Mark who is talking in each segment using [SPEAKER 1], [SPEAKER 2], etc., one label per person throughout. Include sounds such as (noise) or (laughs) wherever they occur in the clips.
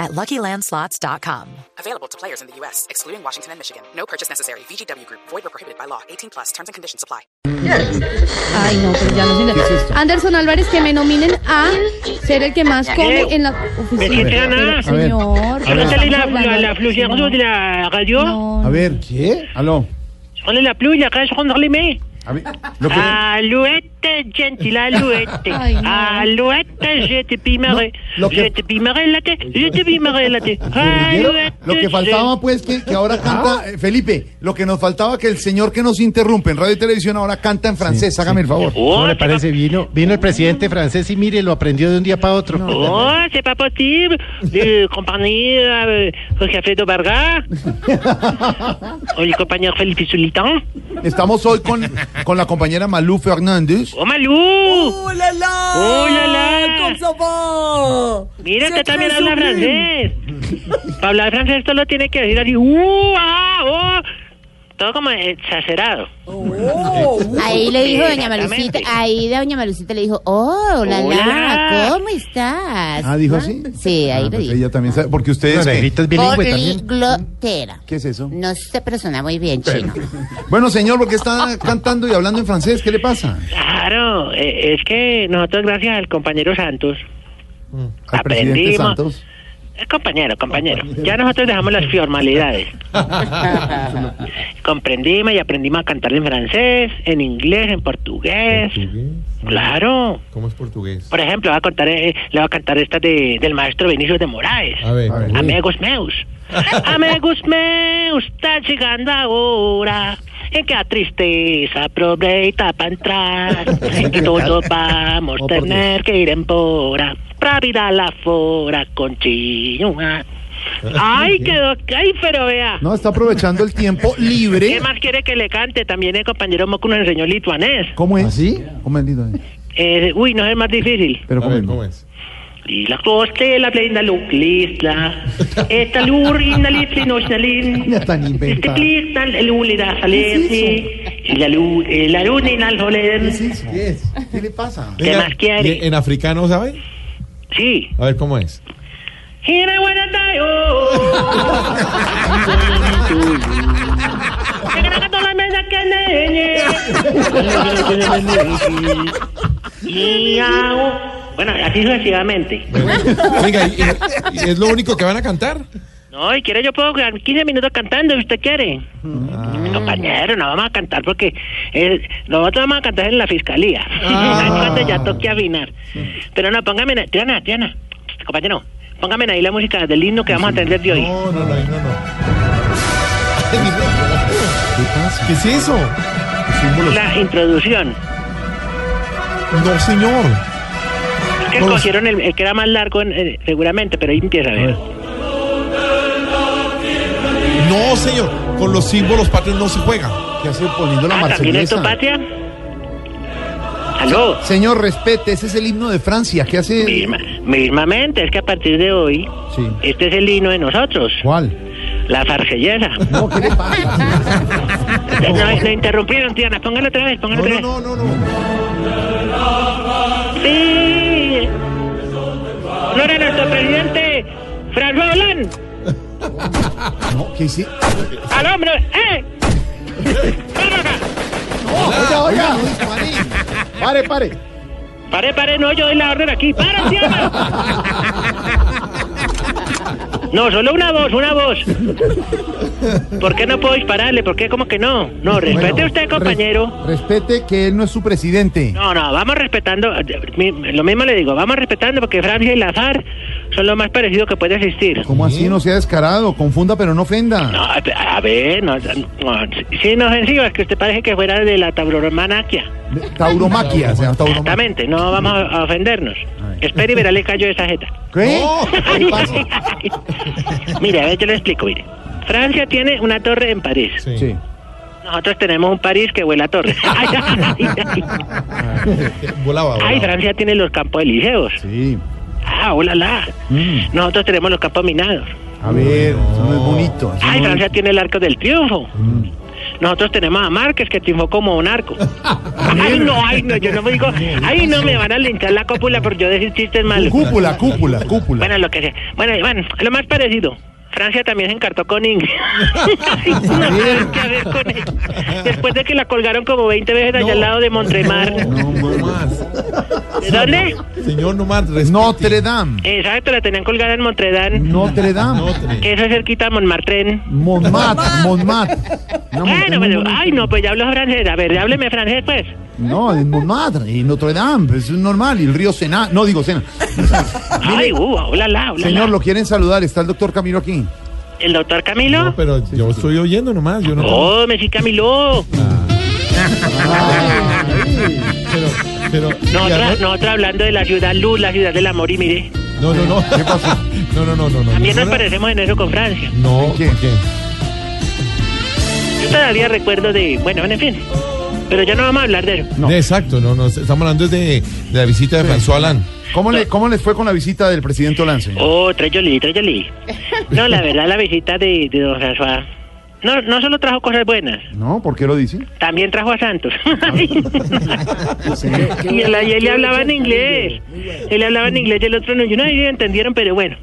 [SPEAKER 1] at luckylandslots.com.
[SPEAKER 2] Available to players in the U.S., excluding Washington and Michigan. No purchase necessary. VGW Group, void or prohibited by law. 18 plus terms and conditions apply.
[SPEAKER 3] Ay, no, pero ya no se le- Anderson Álvarez, que me nominen a ser el que más come en la oficina.
[SPEAKER 4] quité nada.
[SPEAKER 3] Pero, señor.
[SPEAKER 4] ¿Cuál
[SPEAKER 3] estamos
[SPEAKER 4] es la,
[SPEAKER 3] hablando
[SPEAKER 4] la, la
[SPEAKER 3] de-
[SPEAKER 4] pluie de la radio
[SPEAKER 3] No,
[SPEAKER 5] A ver. ¿Qué? Aló.
[SPEAKER 4] ¿Cuál es la pluie acá es Juan Rimé?
[SPEAKER 5] A ver. Lo que...
[SPEAKER 4] Alouette, gentil, alouette.
[SPEAKER 5] Ah,
[SPEAKER 3] Ay, no.
[SPEAKER 4] Alouette, je te pimaré.
[SPEAKER 5] No, lo que-
[SPEAKER 4] Je te pimaré la te, je te pimaré la te.
[SPEAKER 5] ¿Vieron?
[SPEAKER 4] Alouette.
[SPEAKER 5] Lo que faltaba, pues, que, que ahora canta eh, Felipe. Lo que nos faltaba que el señor que nos interrumpe en radio y televisión ahora canta en francés. Hágame el favor.
[SPEAKER 4] Oh,
[SPEAKER 6] ¿Cómo le
[SPEAKER 4] c'est pas-
[SPEAKER 6] parece? Vino, vino el presidente francés y mire, lo aprendió de un día para otro.
[SPEAKER 4] Oh, c'est pas
[SPEAKER 5] (laughs)
[SPEAKER 4] possible de comparer euh, au café de
[SPEAKER 5] (laughs)
[SPEAKER 4] Barga o el compañero Felipe Sulitán.
[SPEAKER 5] (laughs) Estamos hoy con, con la compañera Malú Fernández.
[SPEAKER 4] Oh, Malou!
[SPEAKER 7] Oh là là
[SPEAKER 4] Oh là là
[SPEAKER 7] Comme ça va
[SPEAKER 4] Mira
[SPEAKER 7] Se
[SPEAKER 4] que también habla
[SPEAKER 7] presume.
[SPEAKER 4] francés. Para hablar francés solo tiene que decir así, uh, ah, oh. Todo como exagerado.
[SPEAKER 7] Oh
[SPEAKER 8] Ahí le dijo doña
[SPEAKER 4] Exactamente.
[SPEAKER 8] Malucita, ahí doña Malucita le dijo, oh, la
[SPEAKER 4] Hola.
[SPEAKER 8] la, ¿cómo estás?
[SPEAKER 5] Ah, dijo así.
[SPEAKER 8] Sí,
[SPEAKER 5] Ah,
[SPEAKER 8] ahí lo
[SPEAKER 5] pues
[SPEAKER 8] dijo.
[SPEAKER 5] ella pues también sabe. Porque ustedes.
[SPEAKER 6] La
[SPEAKER 5] ¿qué?
[SPEAKER 6] negrita es bilingüe también.
[SPEAKER 8] Poliglotera.
[SPEAKER 5] ¿Qué es eso?
[SPEAKER 8] No se persona muy bien, chino.
[SPEAKER 5] Bueno, señor, porque está cantando y hablando en francés. ¿Qué le pasa?
[SPEAKER 4] Claro, eh, es que nosotros gracias al compañero Santos,
[SPEAKER 5] Al presidente
[SPEAKER 4] Aprendimos.
[SPEAKER 5] Santos.
[SPEAKER 4] eh, compañero, compañero, ya nosotros dejamos las
[SPEAKER 9] (laughs)
[SPEAKER 4] formalidades. Comprendimos y aprendimos a cantar en francés, en inglés, en portugués. Claro.
[SPEAKER 9] ¿Cómo es portugués?
[SPEAKER 4] Por ejemplo, va a contar, eh, le voy a cantar esta de, del maestro Benicio de Moraes.
[SPEAKER 9] A ver,
[SPEAKER 5] A ver.
[SPEAKER 9] uy,
[SPEAKER 4] Amigos
[SPEAKER 5] (laughs)
[SPEAKER 4] meus, amigos meus, está llegando ahora. En que a tristeza aproveita para
[SPEAKER 5] (laughs)
[SPEAKER 4] entrar. Que todos vamos a
[SPEAKER 5] Oh, por Dios.
[SPEAKER 4] tener que ir embora. Para ir a la fora con Chiñua.
[SPEAKER 5] (laughs)
[SPEAKER 4] Ay, quedó, ay, pero vea.
[SPEAKER 5] No, está aprovechando el tiempo libre.
[SPEAKER 4] ¿Qué más quiere que le cante? También el compañero Moco nos enseñó lituanés.
[SPEAKER 5] ¿Cómo es? ¿Así? ¿Cómo es? Lito?
[SPEAKER 4] Eh, uy, no es el más difícil.
[SPEAKER 5] Pero
[SPEAKER 9] a ver,
[SPEAKER 5] ¿cómo
[SPEAKER 9] ¿cómo
[SPEAKER 5] es?
[SPEAKER 9] es?
[SPEAKER 4] Y la costela plena luclisla, esta lurina
[SPEAKER 5] Ya
[SPEAKER 4] liplinoxnalin,
[SPEAKER 5] están inventando.
[SPEAKER 4] Esteplista, Este el ulida salerni, y la luz, la luna en aljolen.
[SPEAKER 5] ¿Qué es? ¿Qué es? ¿Qué le (laughs) pasa?
[SPEAKER 4] ¿Qué más quiere?
[SPEAKER 9] ¿y ¿En africano sabe?
[SPEAKER 4] Sí.
[SPEAKER 9] A ver, ¿cómo es?
[SPEAKER 4] Here I wanna die,
[SPEAKER 5] (laughs)
[SPEAKER 4] oh. Que graba toda la mesa que neñe. Y hago- Bueno, así sucesivamente. (laughs)
[SPEAKER 9] Bueno, Venga, ¿y, y- y es lo único que van a cantar?
[SPEAKER 4] No, y quiere yo puedo quedar 15 minutos cantando, si usted quiere. Compañero, no vamos a cantar porque eh, nosotros vamos a cantar en la fiscalía. (laughs) Ahí cuando ya toque afinar. Pero no, póngame, na- Triana, Triana, compañero, póngame ahí la música del himno que vamos a atender de hoy.
[SPEAKER 9] No, no, no, ahí no, no. ¿Qué es eso?
[SPEAKER 4] La introducción.
[SPEAKER 9] No, señor.
[SPEAKER 4] Es que
[SPEAKER 9] Vamos.
[SPEAKER 4] cogieron el, el que era más largo, eh, seguramente, pero ahí empieza a ver.
[SPEAKER 9] No, señor. Con los símbolos patrios no se juega.
[SPEAKER 5] ¿Qué hace poniendo la
[SPEAKER 4] Ah, ¿también es tu
[SPEAKER 5] marsellesa?
[SPEAKER 4] patria? ¿Aló?
[SPEAKER 5] Señor, respete, ese es el himno de Francia. ¿Qué hace?
[SPEAKER 4] Misma- mismamente, es que a partir de hoy,
[SPEAKER 5] Sí.
[SPEAKER 4] este es el himno de nosotros.
[SPEAKER 5] ¿Cuál?
[SPEAKER 4] La farcellesa.
[SPEAKER 5] No, ¿qué le pasa?
[SPEAKER 4] (laughs) No, le interrumpieron, Tiana. Póngalo otra vez, póngalo
[SPEAKER 5] No,
[SPEAKER 4] otra
[SPEAKER 5] no,
[SPEAKER 4] vez.
[SPEAKER 5] no, no, no.
[SPEAKER 4] Sí. Honor a nuestro presidente, François Hollande.
[SPEAKER 5] No, ¿qué hice?
[SPEAKER 4] Al hombro. ¡Eh! ¡Ven acá!
[SPEAKER 5] Oiga, oiga. no dispare. Pare, pare.
[SPEAKER 4] Pare, pare, no, yo doy la orden aquí. ¡Para, Tiana! No, solo una voz, una voz. ¿Por qué no puedo dispararle? ¿Por qué? ¿Cómo que no? No, respete
[SPEAKER 5] Bueno,
[SPEAKER 4] usted,
[SPEAKER 5] res-
[SPEAKER 4] compañero.
[SPEAKER 5] respete que él no es su presidente.
[SPEAKER 4] No, no, vamos respetando. eh, mi- Lo mismo le digo, vamos respetando porque Francia y la FARC son lo más parecido que puede existir.
[SPEAKER 5] ¿Cómo así? No sea descarado. Confunda, pero no
[SPEAKER 4] No,
[SPEAKER 5] ofenda.
[SPEAKER 4] a a ver, no, no, sí, no, sencillo, es que usted parece que fuera de la tauromanaquia.
[SPEAKER 5] Tauromaquia, o sea, tauromaquia.
[SPEAKER 4] Exactamente, no vamos a- a ofendernos. Espere y verá, le cayó esa jeta.
[SPEAKER 5] ¿Qué? ¿Qué
[SPEAKER 4] (laughs)
[SPEAKER 5] le pasa?
[SPEAKER 4] mire, a ver, yo le explico, mire. Francia tiene una torre en París.
[SPEAKER 9] Sí.
[SPEAKER 5] Sí.
[SPEAKER 4] Nosotros tenemos un París que huele a
[SPEAKER 5] (laughs)
[SPEAKER 4] torres. Ay, ay, ay. Ah.
[SPEAKER 9] Volaba, volaba.
[SPEAKER 4] Ay, Francia tiene los campos elíseos.
[SPEAKER 5] Sí. Mm.
[SPEAKER 4] Ah, hola, la. Nosotros tenemos los campos minados.
[SPEAKER 5] A ver, eso no es bonito. eso
[SPEAKER 4] Ay,
[SPEAKER 5] no es-
[SPEAKER 4] Francia tiene el arco del triunfo.
[SPEAKER 9] Mm.
[SPEAKER 4] Nosotros tenemos a Márquez que triunfó como un
[SPEAKER 9] (laughs)
[SPEAKER 4] arco. Ay, no, ay, no, yo no me digo. Ay, no, me van a linchar la cópula por yo decir chistes malos.
[SPEAKER 5] Cúpula, cúpula, cúpula.
[SPEAKER 4] Bueno, lo que sea. Bueno, Iván, lo más parecido. Francia también se encartó con (laughs) Ing. Ay, no sabes qué hacer con él. Después de que la colgaron como 20 veces allá al lado de Montremar.
[SPEAKER 9] No, no más.
[SPEAKER 4] ¿De ¿Dónde?
[SPEAKER 9] Señor, no más. respete.
[SPEAKER 5] Notre Dame.
[SPEAKER 4] Exacto, la tenían colgada en Montredán,
[SPEAKER 5] Notre Dame.
[SPEAKER 9] Notre.
[SPEAKER 4] que eso es cerquita a Montmartre.
[SPEAKER 5] Montmartre, Montmartre. Una montaña
[SPEAKER 4] Bueno, pero,
[SPEAKER 5] muy
[SPEAKER 4] ay, no, pues ya hablo francés. A ver, hábleme francés, pues.
[SPEAKER 5] No, en Montmartre, y Notre Dame, pues, es normal. Y el río Sena, no digo Sena.
[SPEAKER 4] Ay, uh, hola, la, hola,
[SPEAKER 5] Señor,
[SPEAKER 4] la.
[SPEAKER 5] lo quieren saludar, está el doctor Camilo aquí.
[SPEAKER 4] ¿El doctor Camilo?
[SPEAKER 9] No, pero yo estoy oyendo nomás. Yo no.
[SPEAKER 4] Oh, me sí, Camilo.
[SPEAKER 9] Pero, pero.
[SPEAKER 4] Nosotros, nosotros hablando de la ciudad luz, la ciudad del amor, y mire,
[SPEAKER 9] No, no, no. ¿Qué pasó? (laughs) No, no, no, no. no.
[SPEAKER 4] también nos
[SPEAKER 9] No,
[SPEAKER 4] parecemos en eso con Francia.
[SPEAKER 9] No,
[SPEAKER 5] ¿En
[SPEAKER 9] ¿por
[SPEAKER 5] qué?
[SPEAKER 9] qué?
[SPEAKER 4] Yo todavía recuerdo de, bueno, en fin, pero ya no vamos a hablar de eso.
[SPEAKER 9] Eh, Exacto, no, no. Estamos hablando de, de la visita de François Hollande.
[SPEAKER 5] ¿Cómo, le, ¿Cómo les fue con la visita del presidente Hollande, señor?
[SPEAKER 4] Oh, tráyole, tráyole. No, la verdad, la visita de, de don François, no, no solo trajo cosas buenas,
[SPEAKER 5] No, ¿por qué lo dice?
[SPEAKER 4] también trajo a Santos. (laughs) y él, y él le hablaba en inglés. Él le hablaba en inglés y el otro no, yo no ellos entendieron, pero bueno.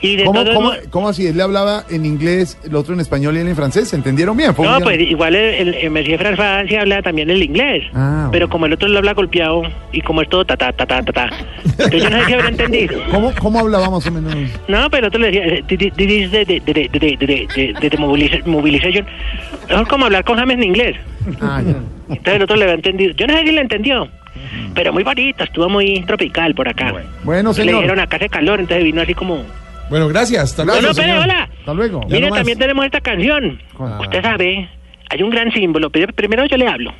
[SPEAKER 4] Y de
[SPEAKER 5] ¿Cómo,
[SPEAKER 4] todos
[SPEAKER 5] cómo,
[SPEAKER 4] modos-
[SPEAKER 5] cómo así? Él le hablaba en inglés, el otro en español y él en francés. ¿Se entendieron bien? Fue un
[SPEAKER 4] No,
[SPEAKER 5] día-
[SPEAKER 4] pues igual el, el, el Monsieur François sí habla también el inglés,
[SPEAKER 5] Ah, bueno.
[SPEAKER 4] pero como el otro lo habla golpeado y como es todo ta ta ta ta ta, ta. Entonces yo no sé si habrá entendido.
[SPEAKER 5] ¿Cómo, ¿Cómo hablaba más o menos?
[SPEAKER 4] No, pero el otro le decía, eh, "This is the- the- the- the- the- the- the- the- the mobiliza- mobilization. Eso es como hablar con James en inglés.
[SPEAKER 5] Ah, ya.
[SPEAKER 4] Entonces el otro le había entendido. Yo no sé si le entendió, pero muy bonito, estuvo muy tropical por acá.
[SPEAKER 5] Bueno,
[SPEAKER 4] Le dijeron
[SPEAKER 5] señor.
[SPEAKER 4] acá hace calor, entonces vino así como...
[SPEAKER 9] Bueno, gracias. Hasta
[SPEAKER 4] No,
[SPEAKER 9] luego,
[SPEAKER 4] no, pero
[SPEAKER 9] señor.
[SPEAKER 4] hola.
[SPEAKER 5] Hasta luego.
[SPEAKER 9] Ya
[SPEAKER 4] Mira,
[SPEAKER 9] nomás.
[SPEAKER 4] también tenemos esta canción.
[SPEAKER 5] ¿Cuál?
[SPEAKER 4] Usted sabe, hay un gran símbolo. Pero Primero yo le hablo.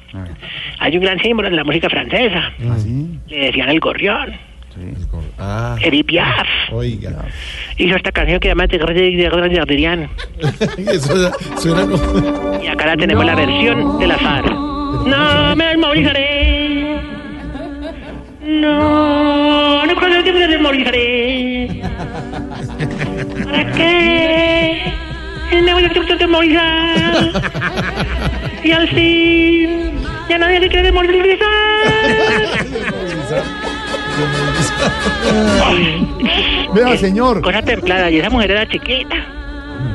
[SPEAKER 4] Hay un gran símbolo en la música francesa.
[SPEAKER 5] ¿Sí?
[SPEAKER 4] Le decían el gorrión,
[SPEAKER 9] Ah,
[SPEAKER 4] Edith Piaf.
[SPEAKER 9] oiga.
[SPEAKER 4] Hizo esta canción que llama Jardinian.
[SPEAKER 9] (laughs) Eso suena como-
[SPEAKER 4] (laughs) Y acá la tenemos la versión de la FAR. No me desmovilizaré. No, no creo que me desmovilizaré. ¿Para qué? Me voy a desmovilizar. Y al fin, ya nadie se quiere
[SPEAKER 5] (laughs)
[SPEAKER 4] desmovilizar.
[SPEAKER 5] Vea, señor.
[SPEAKER 4] Cosa templada, y esa mujer era chiquita.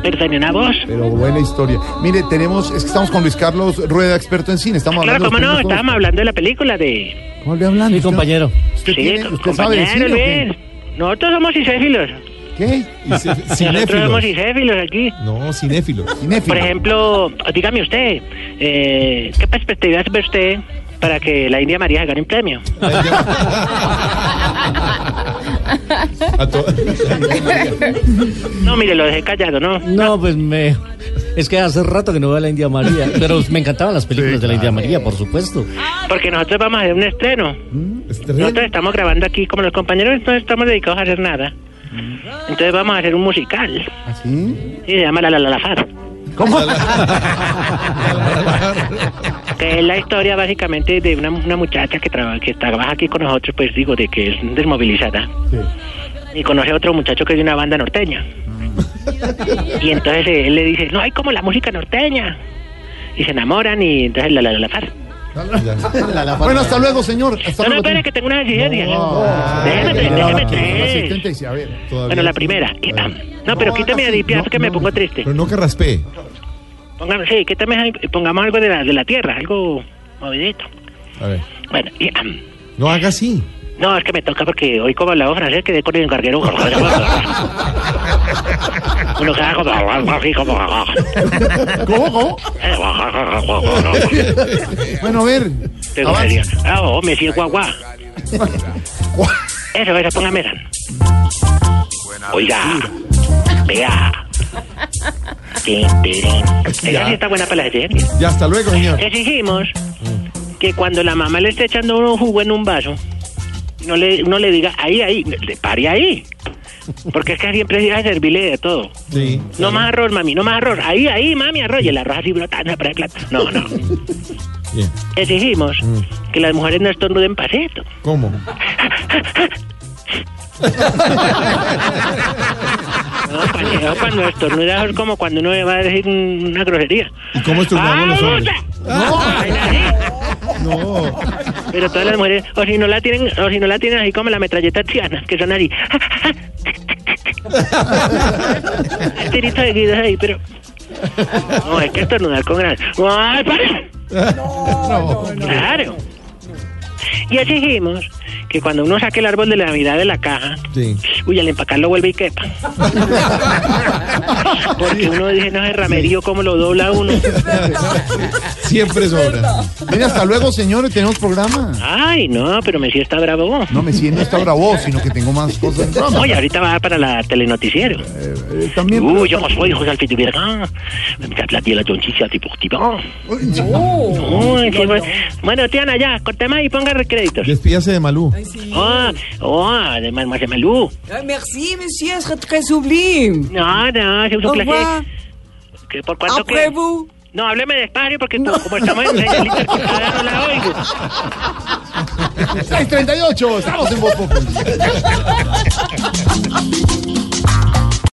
[SPEAKER 4] Pero tenía una voz.
[SPEAKER 5] Pero buena historia. Mire, tenemos, es que estamos con Luis Carlos Rueda, experto en cine. Estamos
[SPEAKER 4] Claro,
[SPEAKER 5] hablando
[SPEAKER 4] cómo
[SPEAKER 5] de los
[SPEAKER 4] no,
[SPEAKER 5] premios
[SPEAKER 4] estábamos
[SPEAKER 5] Oscar.
[SPEAKER 4] hablando de la película de...
[SPEAKER 5] ¿Cómo le hablan?
[SPEAKER 6] Mi
[SPEAKER 5] ¿Usted-
[SPEAKER 6] compañero.
[SPEAKER 5] ¿Usted, tiene-
[SPEAKER 4] co-
[SPEAKER 5] usted sabe de cine
[SPEAKER 4] compañero,
[SPEAKER 5] o qué?
[SPEAKER 4] Luis. Nosotros somos cinéfilos.
[SPEAKER 5] ¿Qué?
[SPEAKER 9] y ci-
[SPEAKER 4] Nosotros somos
[SPEAKER 9] Cinéfilos.
[SPEAKER 4] cinéfilos aquí.
[SPEAKER 9] No, cinéfilos.
[SPEAKER 5] Cinéfilo.
[SPEAKER 4] Por ejemplo, dígame usted, eh, ¿qué perspectivas ve usted para que la India María gane un premio?
[SPEAKER 9] A
[SPEAKER 4] (laughs)
[SPEAKER 9] to-
[SPEAKER 4] No, mire, lo dejé callado, ¿no?
[SPEAKER 10] No, pues me. Es que hace rato que no veo a la India María, pero me encantaban las películas de la India María, por supuesto.
[SPEAKER 4] Porque nosotros vamos a hacer un estreno.
[SPEAKER 9] Estreno.
[SPEAKER 4] Nosotros estamos grabando aquí, como los compañeros no estamos dedicados a hacer nada. Entonces vamos a hacer un musical.
[SPEAKER 5] ¿Ah, ¿Así?
[SPEAKER 4] Y se llama La La La La Far.
[SPEAKER 5] ¿Cómo?
[SPEAKER 4] Que es la historia básicamente de una, una muchacha que trabaja que trabaja aquí con nosotros, pues digo, de que es desmovilizada.
[SPEAKER 5] Sí.
[SPEAKER 4] Y conoce a otro muchacho que es de una banda norteña.
[SPEAKER 5] Ah.
[SPEAKER 4] Y entonces eh, él le dice, no hay como la música norteña. Y se enamoran y entonces la la la la far.
[SPEAKER 5] Bueno, hasta luego, señor. Hasta
[SPEAKER 4] No, no,
[SPEAKER 5] luego.
[SPEAKER 4] espere que tengo una exigencia.
[SPEAKER 5] No.
[SPEAKER 4] déjeme tres,
[SPEAKER 5] Era
[SPEAKER 4] déjeme
[SPEAKER 5] la- la
[SPEAKER 4] tres.
[SPEAKER 5] sentencia, a ver.
[SPEAKER 4] Bueno, la primera. No, pero quítame a Edith Piaf, que me pongo triste.
[SPEAKER 9] Pero no que raspé.
[SPEAKER 4] Póngame, sí, quítame, ahí, pongamos algo de la, de la tierra, algo movidito.
[SPEAKER 9] A ver.
[SPEAKER 4] Bueno, y, am,
[SPEAKER 9] No haga así.
[SPEAKER 4] no, es que me toca porque hoy como hablaba francés quedé con el encarguero. Uno que hago así como...
[SPEAKER 5] ¿Cómo, cómo? Bueno, a ver.
[SPEAKER 4] Te
[SPEAKER 5] avance.
[SPEAKER 4] gustaría. Ah, oh, me sigue guagua. Eso, eso, póngame esa. Oiga, vea. Tin, tirín. Esa sí está buena para la gente.
[SPEAKER 9] Ya, hasta luego, señor.
[SPEAKER 4] Exigimos que cuando la mamá le esté echando un jugo en un vaso, no le, no le diga ahí, ahí, le pare ahí. Porque es que siempre se iba a servirle de todo.
[SPEAKER 9] Sí.
[SPEAKER 4] No más arroz, mami, no más arroz. Ahí, ahí, mami, arroz. Y el arroz así brotando para el plato. No, no.
[SPEAKER 9] Bien.
[SPEAKER 4] Exigimos que las mujeres no estornuden pasito.
[SPEAKER 9] ¿Cómo?
[SPEAKER 4] No, paseo, cuando estornudas es como cuando uno va a decir un- una grosería.
[SPEAKER 9] ¿Y cómo estornudamos los hombres?
[SPEAKER 4] No,
[SPEAKER 9] No.
[SPEAKER 4] Pero todas las mujeres, o si no la tienen, o si no la tienen así como la metralleta tiana, que son
[SPEAKER 9] (laughs)
[SPEAKER 4] así. Hay tiritos seguidos ahí, pero. No, hay que estornudar con gran. ¡Ay, para! Claro. Y exigimos que cuando uno saque el árbol de la Navidad de la caja,
[SPEAKER 9] Sí.
[SPEAKER 4] uy, al empacarlo vuelve y quepa. Porque uno dice, no, es ramerío, ¿cómo lo dobla uno?
[SPEAKER 9] Siempre sobra.
[SPEAKER 5] Ven, hasta luego, señores, tenemos programa.
[SPEAKER 4] Ay, no, pero Messi está bravo.
[SPEAKER 5] No me siento hasta bravo, sino que tengo más cosas en programa.
[SPEAKER 4] Oye, ahorita va para la telenoticiero.
[SPEAKER 5] Eh, también.
[SPEAKER 4] Uy, yo no soy José Alfredo Bergán. La tía la chonchicha deportiva.
[SPEAKER 5] Uy, sí.
[SPEAKER 4] Uy, qué bueno. Bueno, Tiana, ya, cortemos y ponga créditos.
[SPEAKER 9] Despídase de Malú.
[SPEAKER 7] Ay, sí.
[SPEAKER 4] Oh, oh, además, más de Malú.
[SPEAKER 7] Ah, merci, monsieur, c'est très sublime.
[SPEAKER 4] No, no, es un
[SPEAKER 10] Oh,
[SPEAKER 7] Au
[SPEAKER 4] placer.
[SPEAKER 7] revoir.
[SPEAKER 4] ¿Qué- ¿Por
[SPEAKER 10] Ah,
[SPEAKER 4] cuánto
[SPEAKER 7] Après
[SPEAKER 4] que?
[SPEAKER 7] vous.
[SPEAKER 4] No, hábleme despacio porque tú, como estamos en señalita cortada, no la oigo.
[SPEAKER 5] 638, estamos en Voz Populi.